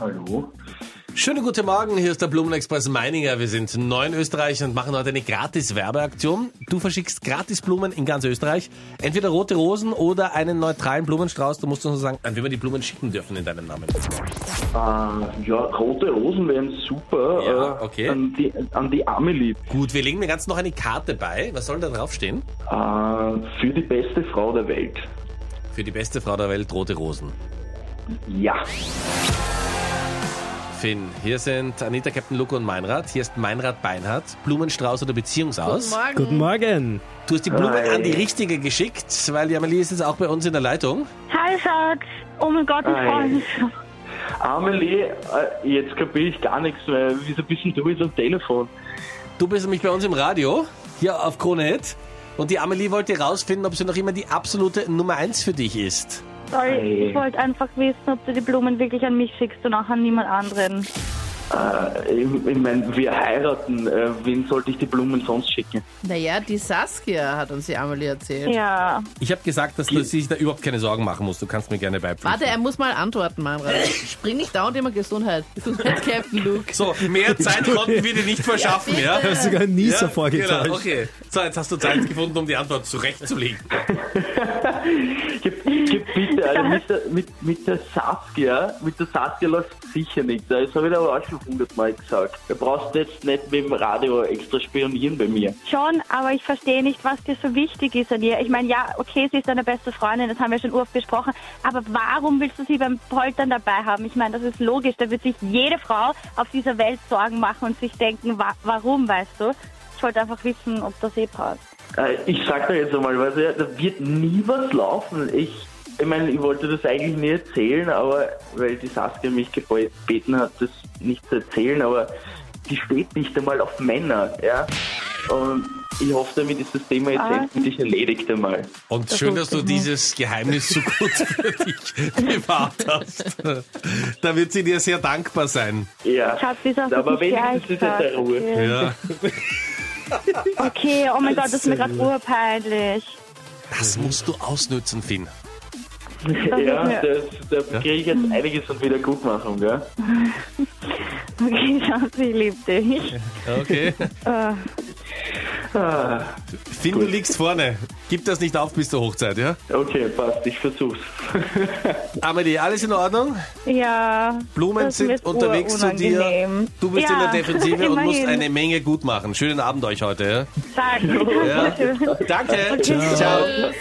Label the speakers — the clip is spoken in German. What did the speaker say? Speaker 1: Hallo.
Speaker 2: Schönen guten Morgen, hier ist der Blumenexpress Meininger. Wir sind neu in Österreich und machen heute eine gratis Werbeaktion. Du verschickst gratis Blumen in ganz Österreich. Entweder rote Rosen oder einen neutralen Blumenstrauß. Du musst uns nur sagen, an wen wir die Blumen schicken dürfen in deinem Namen.
Speaker 1: Äh, ja, rote Rosen wären super.
Speaker 2: Ja,
Speaker 1: äh,
Speaker 2: okay.
Speaker 1: An die, an die Amelie.
Speaker 2: Gut, wir legen dem Ganzen noch eine Karte bei. Was soll da draufstehen?
Speaker 1: Äh, für die beste Frau der Welt.
Speaker 2: Für die beste Frau der Welt rote Rosen.
Speaker 1: Ja.
Speaker 2: Finn, hier sind Anita, Captain Luke und Meinrad. Hier ist Meinrad Beinhardt. Blumenstrauß oder Beziehungsaus.
Speaker 3: Morgen.
Speaker 4: Guten Morgen.
Speaker 2: Du hast die Blumen
Speaker 1: Hi.
Speaker 2: an die Richtige geschickt, weil die Amelie ist jetzt auch bei uns in der Leitung.
Speaker 5: Hi, Schatz. Oh mein Gott, ich
Speaker 1: Hi.
Speaker 5: freue mich.
Speaker 1: Amelie, äh, jetzt kapiere ich gar nichts mehr. Wieso bist denn du jetzt am Telefon?
Speaker 2: Du bist nämlich bei uns im Radio, hier auf Krone Hit. Und die Amelie wollte herausfinden, ob sie noch immer die absolute Nummer 1 für dich ist.
Speaker 5: Sorry,
Speaker 1: Hi.
Speaker 5: ich wollte einfach wissen, ob du die Blumen wirklich an mich schickst und auch an niemand anderen.
Speaker 1: Äh, ich ich meine, wir heiraten. Äh, wen sollte ich die Blumen sonst schicken?
Speaker 3: Naja, die Saskia hat uns die Amelie erzählt.
Speaker 5: Ja.
Speaker 2: Ich habe gesagt, dass du sich da überhaupt keine Sorgen machen musst. Du kannst mir gerne beipflichten.
Speaker 3: Warte, er muss mal antworten, Meinrad. Spring nicht dauernd immer Gesundheit. Gesundheit, Captain Luke.
Speaker 2: So, mehr Zeit konnten wir dir nicht verschaffen, ja?
Speaker 4: Ich habe sogar nie so vorgetäuscht.
Speaker 2: genau, okay. So, jetzt hast du Zeit gefunden, um die Antwort zurechtzulegen.
Speaker 1: Gib, gib bitte, Alter, mit, der, mit, mit der Saskia, mit der Saskia läuft sicher nichts. Das habe ich dir aber auch schon hundertmal gesagt. Du brauchst jetzt nicht mit dem Radio extra spionieren bei mir.
Speaker 5: Schon, aber ich verstehe nicht, was dir so wichtig ist an ihr. Ich meine, ja, okay, sie ist deine beste Freundin, das haben wir schon oft besprochen, aber warum willst du sie beim Poltern dabei haben? Ich meine, das ist logisch, da wird sich jede Frau auf dieser Welt Sorgen machen und sich denken, wa warum, weißt du? Ich wollte einfach wissen, ob das eh passt.
Speaker 1: Äh, Ich sag dir jetzt einmal, weißt du, da wird nie was laufen. Ich, ich meine, ich wollte das eigentlich nie erzählen, aber weil die Saskia mich gebeten hat, das nicht zu erzählen, aber die steht nicht einmal auf Männer, ja. Und ich hoffe, damit ist das Thema jetzt
Speaker 5: Ah.
Speaker 1: endlich erledigt einmal.
Speaker 2: Und schön, dass du
Speaker 5: wusste ich
Speaker 2: dieses Geheimnis so gut für dich bewahrt hast. Da wird sie dir sehr dankbar sein.
Speaker 1: Ja.
Speaker 5: Schatz, wieso hast du
Speaker 1: Aber
Speaker 5: das nicht
Speaker 1: wenigstens ist jetzt
Speaker 5: gleich gesagt?
Speaker 1: der Ruhe.
Speaker 5: Okay.
Speaker 2: Ja.
Speaker 5: Okay, oh mein Gott, das ist mir gerade urpeinlich.
Speaker 2: Das musst du ausnützen, Finn.
Speaker 1: Ja,
Speaker 5: Ja.
Speaker 1: das, da kriege ich jetzt einiges an Wiedergutmachung, gell?
Speaker 5: Okay, Schatz, ich liebe dich.
Speaker 2: Okay.
Speaker 1: Ah,
Speaker 2: Finn, du liegst vorne. Gib das nicht auf bis zur Hochzeit, ja?
Speaker 1: okay, passt, ich versuch's.
Speaker 2: Amelie, alles in Ordnung?
Speaker 5: Ja.
Speaker 2: Blumen
Speaker 5: das ist mir
Speaker 2: sind
Speaker 5: jetzt
Speaker 2: unterwegs zu dir.
Speaker 5: urunangenehm.
Speaker 2: Du bist
Speaker 5: ja,
Speaker 2: in der Defensive und musst
Speaker 5: immerhin.
Speaker 2: eine Menge gut machen. Schönen Abend euch heute,
Speaker 5: Danke.
Speaker 2: ja? ja. Danke. Ciao.